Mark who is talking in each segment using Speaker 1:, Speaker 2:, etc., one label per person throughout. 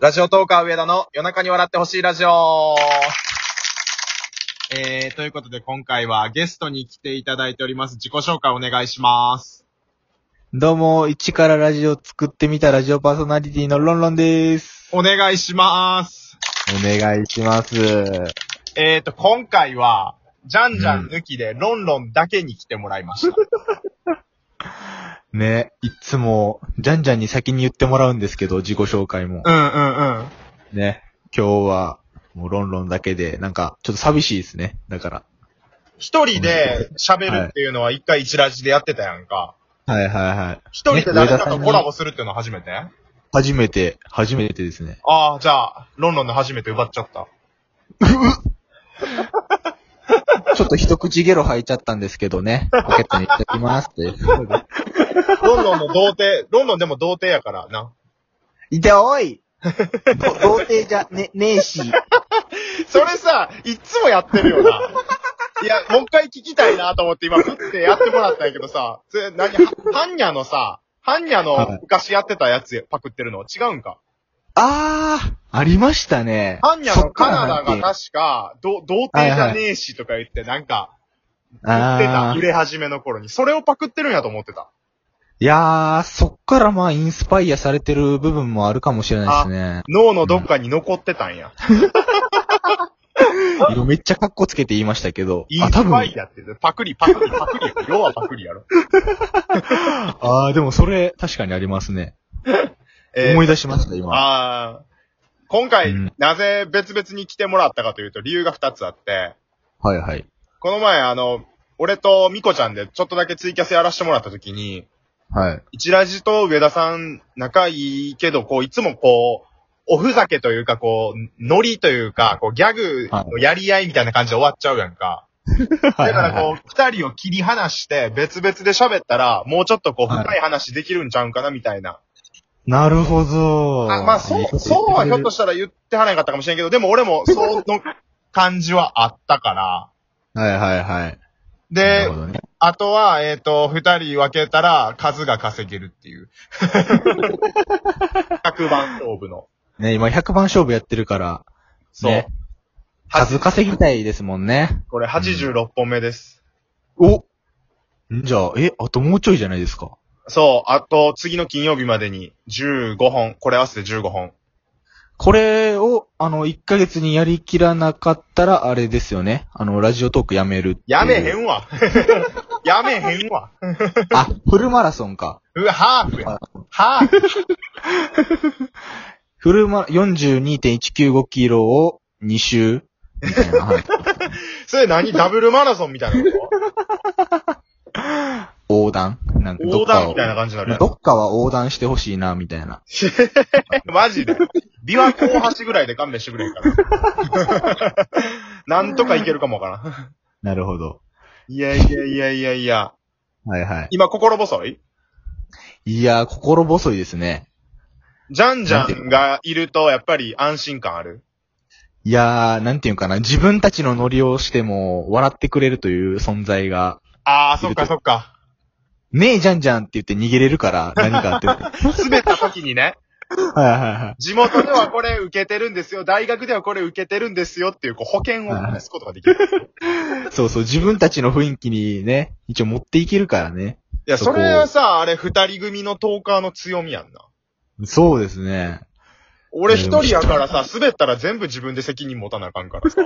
Speaker 1: ラジオトーカー上田の夜中に笑ってほしいラジオ。えー、ということで今回はゲストに来ていただいております。自己紹介お願いします。
Speaker 2: どうも、一からラジオ作ってみたラジオパーソナリティのロンロンです。
Speaker 1: お願いします。
Speaker 2: お願いします。
Speaker 1: えーと、今回は、ジャンジャン抜きで、ロンロンだけに来てもらいました。
Speaker 2: ね、いつも、ジャンジャンに先に言ってもらうんですけど、自己紹介も。
Speaker 1: うんうんうん。
Speaker 2: ね、今日は、もうロンロンだけで、なんか、ちょっと寂しいですね。だか
Speaker 1: 一人で喋るっていうのは一回一ラジでやってたやんか。
Speaker 2: ら。はいはいはい。
Speaker 1: 一人で誰かとコラ
Speaker 2: ボ。
Speaker 1: ボするっていうのは初めてあ
Speaker 2: 初めて、初めてですね。
Speaker 1: あー、じゃあ、ロンロンの初めて奪っちゃった。
Speaker 2: ちょっと一口ゲロ吐いちゃったんですけどね。ポケットに行ってきますって。
Speaker 1: ロンロンの童貞、ロンロンでも童貞やからな。
Speaker 2: いておい童貞じゃね、ねえし。
Speaker 1: それさ、いっつもやってるよな。いや、もう一回聞きたいなと思って今、ピッてやってもらったんやけどさ、それ、何、ハンニャのさ、ハンニャ
Speaker 2: は
Speaker 1: の
Speaker 2: い
Speaker 1: 昔やってたやつパクってるの違うんか
Speaker 2: あー、ありましたね。
Speaker 1: ハンニャ
Speaker 2: そ
Speaker 1: の
Speaker 2: っか
Speaker 1: カ
Speaker 2: ら
Speaker 1: ナダ
Speaker 2: なんて
Speaker 1: が確か、ど、童貞じゃねえしとか言って、なんか、言ってた。
Speaker 2: あ
Speaker 1: 売
Speaker 2: ー
Speaker 1: れ始めの頃に。それをパクってるんやと思ってた。
Speaker 2: いやー、そっからまあ、インスパイアされてる部分もあるかもしれないですね。
Speaker 1: 脳のどっかに残ってたんや。
Speaker 2: 色めっちゃカッコつけて言いましたけど。
Speaker 1: イン
Speaker 2: あ、多
Speaker 1: ス
Speaker 2: 分
Speaker 1: パ。イアって、パクリ、パクリ、パクリやろ。要はパクリやろ。
Speaker 2: あー、でもそれ、確かにありますね。
Speaker 1: えー
Speaker 2: 思い出しました、今。
Speaker 1: ああ。今回、
Speaker 2: うん
Speaker 1: なぜ別々に来てもらったかというと、理由が2つあって、
Speaker 2: はいはい。
Speaker 1: この前、あの、俺とミコちゃんでちょっとだけツイキャスやらせてもらった時に、
Speaker 2: はい。
Speaker 1: 一ラジと上田さん仲いいけど、こう、いつもこう、おふざけというか、こう、ノリというか、こう、ギャグのやり合いみたいな感じで終わっちゃうやんか。
Speaker 2: はい
Speaker 1: だか
Speaker 2: はい
Speaker 1: ら
Speaker 2: はい。
Speaker 1: こう、二人を切り離して、別々で喋ったら、もうちょっとこう、深い話できるんちゃうんかな、みたいな。
Speaker 2: なるほど。
Speaker 1: あ、まあ、そ、
Speaker 2: いう
Speaker 1: そうはひょっとしたら言ってはらへんかったかもしれんけど、でも俺 も、そうの感じはあったから。
Speaker 2: はいはいはい。な
Speaker 1: で
Speaker 2: るほ、どね。
Speaker 1: あとは、えっ、と、二人分けたら、数が稼げるって いう。100番勝負の。
Speaker 2: ね、今100番勝負やってるから、
Speaker 1: そう。
Speaker 2: ね
Speaker 1: は
Speaker 2: 数稼ぎたいですもんね。
Speaker 1: これ86本目です。
Speaker 2: おんじゃあ、え、あともうちょいじゃないですか。
Speaker 1: そう、あと、次の金曜日までに15本。これ合わせて15本。
Speaker 2: これを、あの、1ヶ月にやりきらなかったら、あれですよね。あの、ラジオトークやめるっていう
Speaker 1: やめへんわ。やめへんわ。
Speaker 2: あ、フルマラソンか。
Speaker 1: うわ、ハーフや。
Speaker 2: あ
Speaker 1: ハーフ。
Speaker 2: フルマ、42.195キロを2周。みたいなはい
Speaker 1: それ何ダブルマラソンみたいなこと
Speaker 2: 横断なんかど
Speaker 1: 横
Speaker 2: っ
Speaker 1: 断
Speaker 2: かを
Speaker 1: みたいな感じになるやん
Speaker 2: どっかは横断してほしいな、みたいな。
Speaker 1: マジで。琵琶湖大橋ぐらいで勘弁してくれんから。なん とかいけるかもわからん。
Speaker 2: なるほど。
Speaker 1: いやいやいやいやいや。
Speaker 2: はいは
Speaker 1: 今、心細い
Speaker 2: い。いやー、心細いですね。
Speaker 1: ジャンジャンがいると、やっぱり安心感ある。
Speaker 2: いやー、なんていうかな、自分たちのノリをしても、笑ってくれるという存在が、
Speaker 1: ああ、そっかそっか。
Speaker 2: ねえ、じゃんじゃんって言って逃げれるから、何か あっても。はい
Speaker 1: 滑った時にね、
Speaker 2: はいはい。
Speaker 1: 地元ではこれ受けてるんですよ、大学ではこれ受けてるんですよっていう、こう、保険を出すことができる。
Speaker 2: そうそう、自分たちの雰囲気にね、一応持っていけるからね。
Speaker 1: いや、それはさ、あれ、二人組のトーカーの強みやんな。
Speaker 2: そうですね。
Speaker 1: 俺一人やからさ、滑ったら全部自分で責任持たなあかんからさ。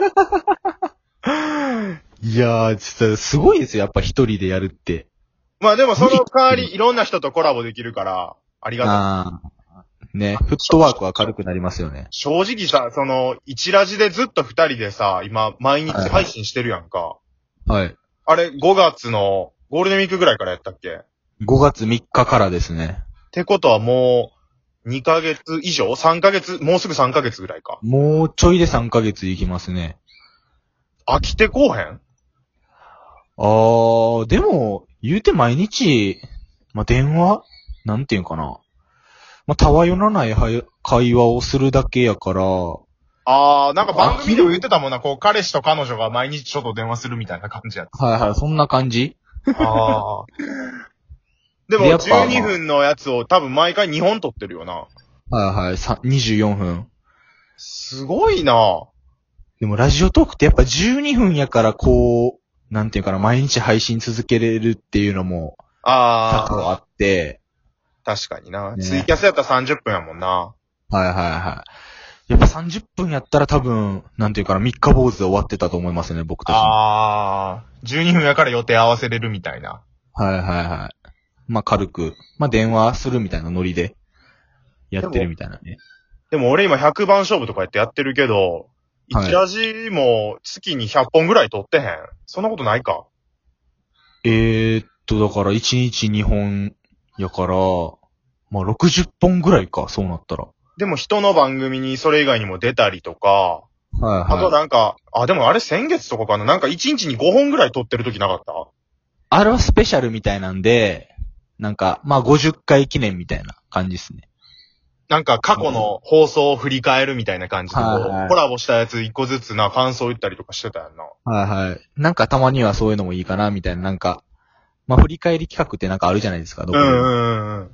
Speaker 2: いやー、ちょっとすごいですよ、やっぱ一人でやるって。
Speaker 1: まあでもその代わり、いろんな人とコラボできるから、ありがたい。
Speaker 2: ああ。ね、フットワークは軽くなりますよね。
Speaker 1: 正直さ、その、一ラジでずっと二人でさ、今、毎日配信してるやんか。
Speaker 2: はい。
Speaker 1: あれ、5月の、ゴールデンウィークぐらいからやったっけっ
Speaker 2: 5月3日からですね。
Speaker 1: てことはもう、2ヶ月以上 ?3 ヶ月もうすぐ3ヶ月ぐらいか。
Speaker 2: もうちょいで3ヶ月いきますね。
Speaker 1: 飽きてこうへん
Speaker 2: あー、でも、言うて毎日、まあ、電話なんていうんかな。まあ、たわよなないはよ会話をするだけやから、は
Speaker 1: あー、なんか番組でも言ってたもんな、こう、彼氏と彼女が毎日ちょっと電話するみたいな感じやっ
Speaker 2: いはい、そんな感じ
Speaker 1: た。あー。でも、
Speaker 2: でやっぱ
Speaker 1: 12分のやつを多分毎回2本撮ってるよな。
Speaker 2: はいはい、さ24分。
Speaker 1: すごいな
Speaker 2: でもラジオトークってやっぱ12分やからこう、なんていうかな、毎日配信続けれるっていうのも、
Speaker 1: あ
Speaker 2: 策
Speaker 1: あ、
Speaker 2: はあって、
Speaker 1: 確かにな。
Speaker 2: ね
Speaker 1: ツイキャスやったら30分やもんな。
Speaker 2: はいはいはい。やっぱ30分やったら多分、なんていうかな、三日坊主で終わってたと思いますね、僕たちも。
Speaker 1: ああ、12分やから予定合わせれるみたいな。
Speaker 2: はいはいはい。まあ軽く、まあ電話するみたいなノリで、やってるみたいなね。
Speaker 1: でも俺今100番勝負とかやってやってるけど、
Speaker 2: はい
Speaker 1: 1ラジも月に100本ぐらい撮ってへん。そんなことないか。
Speaker 2: えー、っと、だから1日2本やから、まあ60本ぐらいか、そうなったら。
Speaker 1: でも人の番組にそれ以外にも出たりとか、
Speaker 2: はい
Speaker 1: あと
Speaker 2: はい。
Speaker 1: なんか、あ、でもあれ先月とかかななんか1日に5本ぐらい撮ってる時なかった
Speaker 2: あれはスペシャルみたいなんで、なんか、まあ50回記念みたいな感じですね。
Speaker 1: なんか過去の放送を振り返るみたいな感じでこう、
Speaker 2: はいはい
Speaker 1: コラボしたやつ一個ずつな感想言ったりとかしてたやんな。
Speaker 2: はいはい。なんかたまにはそういうのもいいかな、みたいな、なんか、まあ振り返り企画ってなんかあるじゃないですか、どこ
Speaker 1: う
Speaker 2: でも
Speaker 1: んうんうんうん。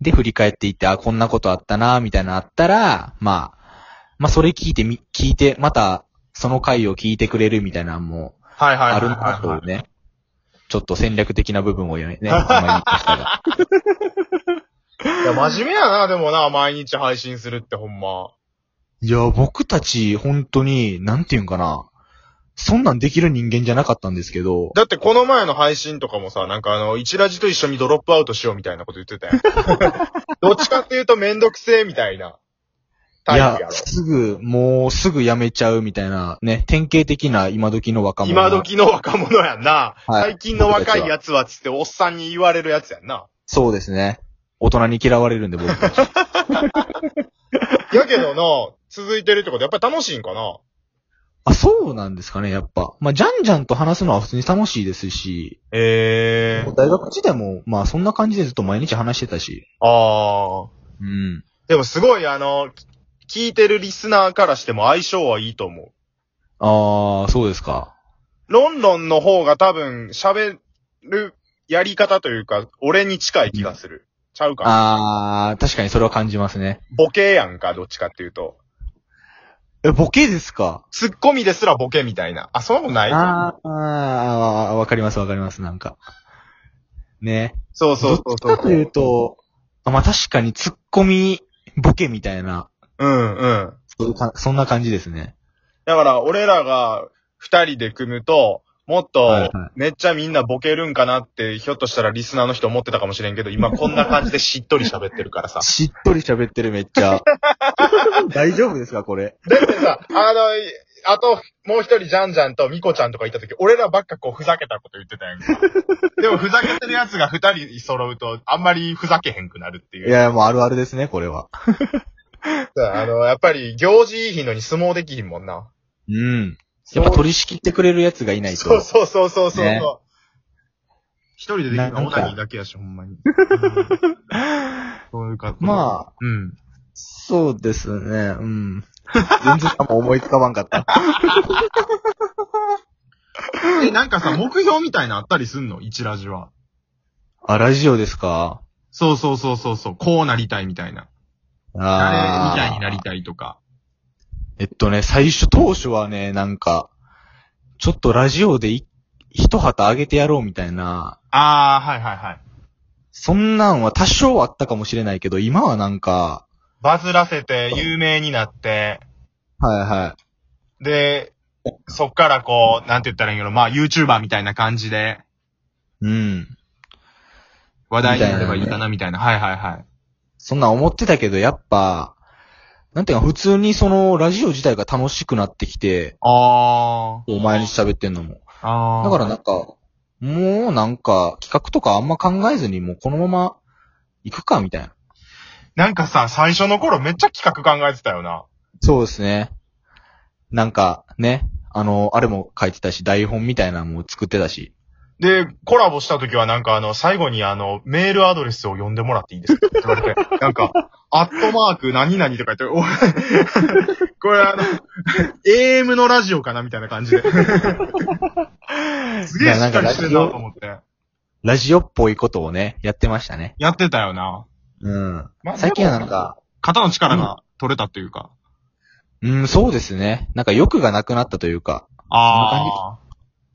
Speaker 2: で、振り返っていって、あ、こんなことあったな、みたいなのあったら、まあ、まあ、それ聞いてみ、聞いて、また、その回を聞いてくれるみたいなのも、
Speaker 1: はいはい
Speaker 2: あ
Speaker 1: はい
Speaker 2: る
Speaker 1: はい
Speaker 2: な
Speaker 1: はい、
Speaker 2: とね。ちょっと戦略的な部分をね、あんまり言ってきたが。
Speaker 1: いや、真面目やな、でもな、毎日配信するってほんま。
Speaker 2: いや、僕たち、本当に、なんていうんかな。そんなんできる人間じゃなかったんですけど、
Speaker 1: だってこの前の配信とかもさ、なんかあの、一ラジと一緒にドロップアウトしようみたいなこと言ってた やん。どっちかっていうとめんどくせえみたいないタ
Speaker 2: い
Speaker 1: イプ
Speaker 2: や
Speaker 1: や、ろ。
Speaker 2: すぐ、もうすぐ辞めちゃうみたいな、ね、典型的な今時の若者。
Speaker 1: 今。時の若者やんな。
Speaker 2: はい
Speaker 1: 最近の若いやつはつっておっさんに言われるやつやんな。
Speaker 2: そうですね。大人に嫌われるん で、僕たち。
Speaker 1: やけどな、続いてるってことやっぱり楽しいんかな。
Speaker 2: あ、そうなんですかね、やっぱ。まあ、じゃんじゃんと話すのは普通に楽しいですし、
Speaker 1: ええ
Speaker 2: 大学時代も、まあ、そんな感じでずっと毎日話してたし。
Speaker 1: ああ。
Speaker 2: うん。
Speaker 1: でもすごいあの、聞いてるリスナーからしても相性はいいと思う。
Speaker 2: ああ、そうですか。
Speaker 1: ロンロンの方が多分喋るやり方というか、俺に近い気がする。ちゃうかな。
Speaker 2: ああ、確かにそれは感じますね。
Speaker 1: ボケやんか、どっちかっていうと。
Speaker 2: え、ボケですか
Speaker 1: ツッコミですらボケみたいな。あ、そんなことない
Speaker 2: あーあー、わかりますわかります、なんか。ね。
Speaker 1: そうそうそうそう。
Speaker 2: というと、あまあ、確かにツッコミ、ボケみたいな、
Speaker 1: うんうん。
Speaker 2: そういうかそんな感じですね。
Speaker 1: だから、俺らが二人で組むと、もっ
Speaker 2: はい
Speaker 1: と
Speaker 2: は、。
Speaker 1: めっちゃみんなボケるんかなって、ひょっとしたらリスナーの人思ってたかもしれんけど、今こんな感じでしっとり喋ってるからさ
Speaker 2: しっとり喋ってるめっ ちゃ。大丈夫ですか、これ。
Speaker 1: でさ、あの、あと、もう一人、ジャンジャンとミコちゃんとかいた時、俺らばっかこう、ふざけたこと言ってたや んか。でも、ふざけてる奴が二人揃うと、あんまりふざけへんくなるっていう。
Speaker 2: いやいや、もうあるあるですね、これは。
Speaker 1: あの、やっぱり、行事いい日のに相撲できひんもんな。
Speaker 2: うん。やっぱ取り仕切ってくれるやつがいないと。
Speaker 1: そうそうそうそうそう。
Speaker 2: ね
Speaker 1: 一人でできるのはオ
Speaker 2: なんか
Speaker 1: ナニーだけやし、ほんま に。そういうか。あ。
Speaker 2: まあ、
Speaker 1: うん。
Speaker 2: そうですね、うん。全然あんま思いつかばん かった。
Speaker 1: え、なんかさ、目標みたいなのあったりすんの一ラジは。
Speaker 2: あ、ラジオですか
Speaker 1: そうそうそうそうそう。こうなりたいみたいな。
Speaker 2: あー
Speaker 1: あれみたいになりたいとか。
Speaker 2: えっとね、最初、当初はね、なんか、ちょっとラジオでい一旗あげてやろうみたいな、
Speaker 1: ああ、はいはいはい。
Speaker 2: そんなんは多少あったかもしれないけど、今はなんか、
Speaker 1: バズらせて、有名になって、
Speaker 2: はいは
Speaker 1: で、そっからこう、なんて言ったらいいんやろ、まあ、YouTuber みたいな感じで、
Speaker 2: い。うん。
Speaker 1: 話題になればいいかなみたいな。はいはいはい。
Speaker 2: そんなん思ってたけど、やっぱ、なんていうか、普通にその、ラジオ自体が楽しくなってきて、
Speaker 1: あ
Speaker 2: お前に喋ってんのも。
Speaker 1: あ。ああ。
Speaker 2: だからなんか、もうなんか、企画とかあんま考えずに、もうこのまま、行くか、みたいな。
Speaker 1: なんかさ、最初の頃めっちゃ企画考えてたよな。
Speaker 2: そうですね。なんか、ね、あの、あれも書いてたし、台本みたいなのも作ってたし。
Speaker 1: で、コラボした時はなんかあの、最後にあの、メールアドレスを呼んでもらっていいです かって言われて、なんか、アットマーク何々とか言って、おい これあの、AM のラジオかなみたいな感じ で。すげえしっかりしてるなと思って。
Speaker 2: ラジオっぽいことをね、やってましたね。
Speaker 1: やってたよな。
Speaker 2: うん。
Speaker 1: まあ
Speaker 2: 最近はなんか、
Speaker 1: 肩の力が取れたというか。
Speaker 2: うん、そうですね。なんか欲がなくなったというか、
Speaker 1: あ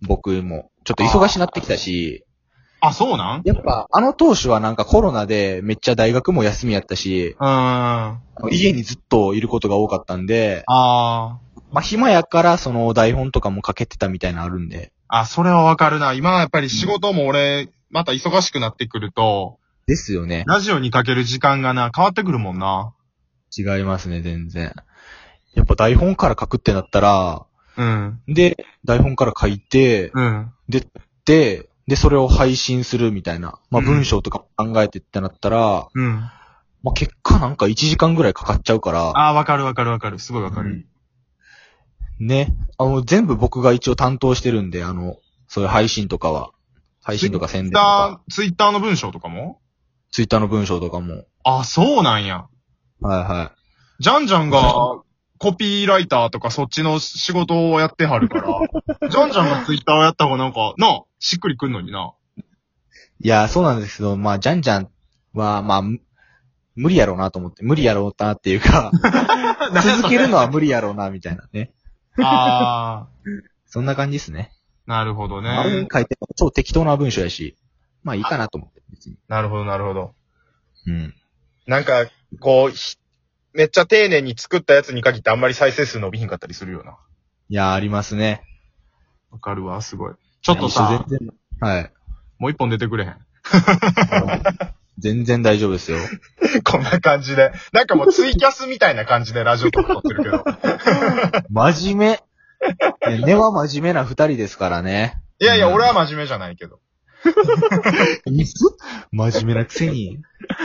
Speaker 2: 僕も。ちょっと忙しなってきたし、
Speaker 1: あ。あ、そうなん
Speaker 2: やっぱあの当初はなんかコロナでめっちゃ大学も休みやったし、
Speaker 1: うーん。あ
Speaker 2: 家にずっといることが多かったんで、
Speaker 1: あ。
Speaker 2: まあ暇やからその台本とかも書けてたみたいなのあるんで。
Speaker 1: あ、それはわかるな。今はやっぱり仕事も俺、また忙しくなってくると、
Speaker 2: ですよね。
Speaker 1: ラジオにかける時間がな、変わってくるもんな。
Speaker 2: 違いますね、全然。やっぱ台本から書くってなったら、
Speaker 1: うん。
Speaker 2: で、台本から書いて、
Speaker 1: うん。
Speaker 2: で、で、それを配信するみたいな。まあ
Speaker 1: うん
Speaker 2: 文章とかも考えてってなったら、
Speaker 1: うん。
Speaker 2: まあ結果なんか1時間ぐらいかかっちゃうから、
Speaker 1: ああ、わかるわかるわかる。すごいわかる。
Speaker 2: ね。あの、全部僕が一応担当してるんで、あの、そういう配信とかは。配信とか宣
Speaker 1: ツイッ
Speaker 2: 伝とか、
Speaker 1: ター、ツイッターの文章とかも
Speaker 2: ツイッターの文章とかも。
Speaker 1: あ、そうなんや。
Speaker 2: はいは
Speaker 1: ジャンジャンが、コピーライターとかそっちの仕事をやってはる から、ジャンジャンがツイッターをやった方がなんか、なあ、しっくりくんのにな。
Speaker 2: い。いや、そうなんですけど、まあ、じゃんじゃんは、まあ、む無理やろうなと思って、無理やろうなっていうか、続けるのは無理やろうな、みたいなね。
Speaker 1: ああ、
Speaker 2: そんな感じですね。
Speaker 1: なるほど
Speaker 2: あれ
Speaker 1: ね。
Speaker 2: 書いても超適当な文章やし、まあいいかなと思って、別に。
Speaker 1: なるほど、なるほど。
Speaker 2: うん。
Speaker 1: なんか、こう、ひめっちゃ丁寧に作ったやつに限ってあんまり再生数伸びひんかったりするよな。
Speaker 2: いや、ありますね。
Speaker 1: わかるわ、すごい。ちょっと
Speaker 2: いや
Speaker 1: さ、
Speaker 2: 全然、はい。
Speaker 1: もう一本出てくれへん。
Speaker 2: 全然大丈夫ですよ。
Speaker 1: こんな感じで。なんかもうツイキャスみたいな感じでラジオとか撮ってるけど。
Speaker 2: 真面目。いや根は真面目な二人ですか らね。
Speaker 1: いやいや、俺は真面目じゃないけど。
Speaker 2: 真面目なくせに。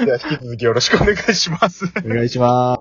Speaker 1: じゃあ引き続きよろしくお願いします。
Speaker 2: お願いします。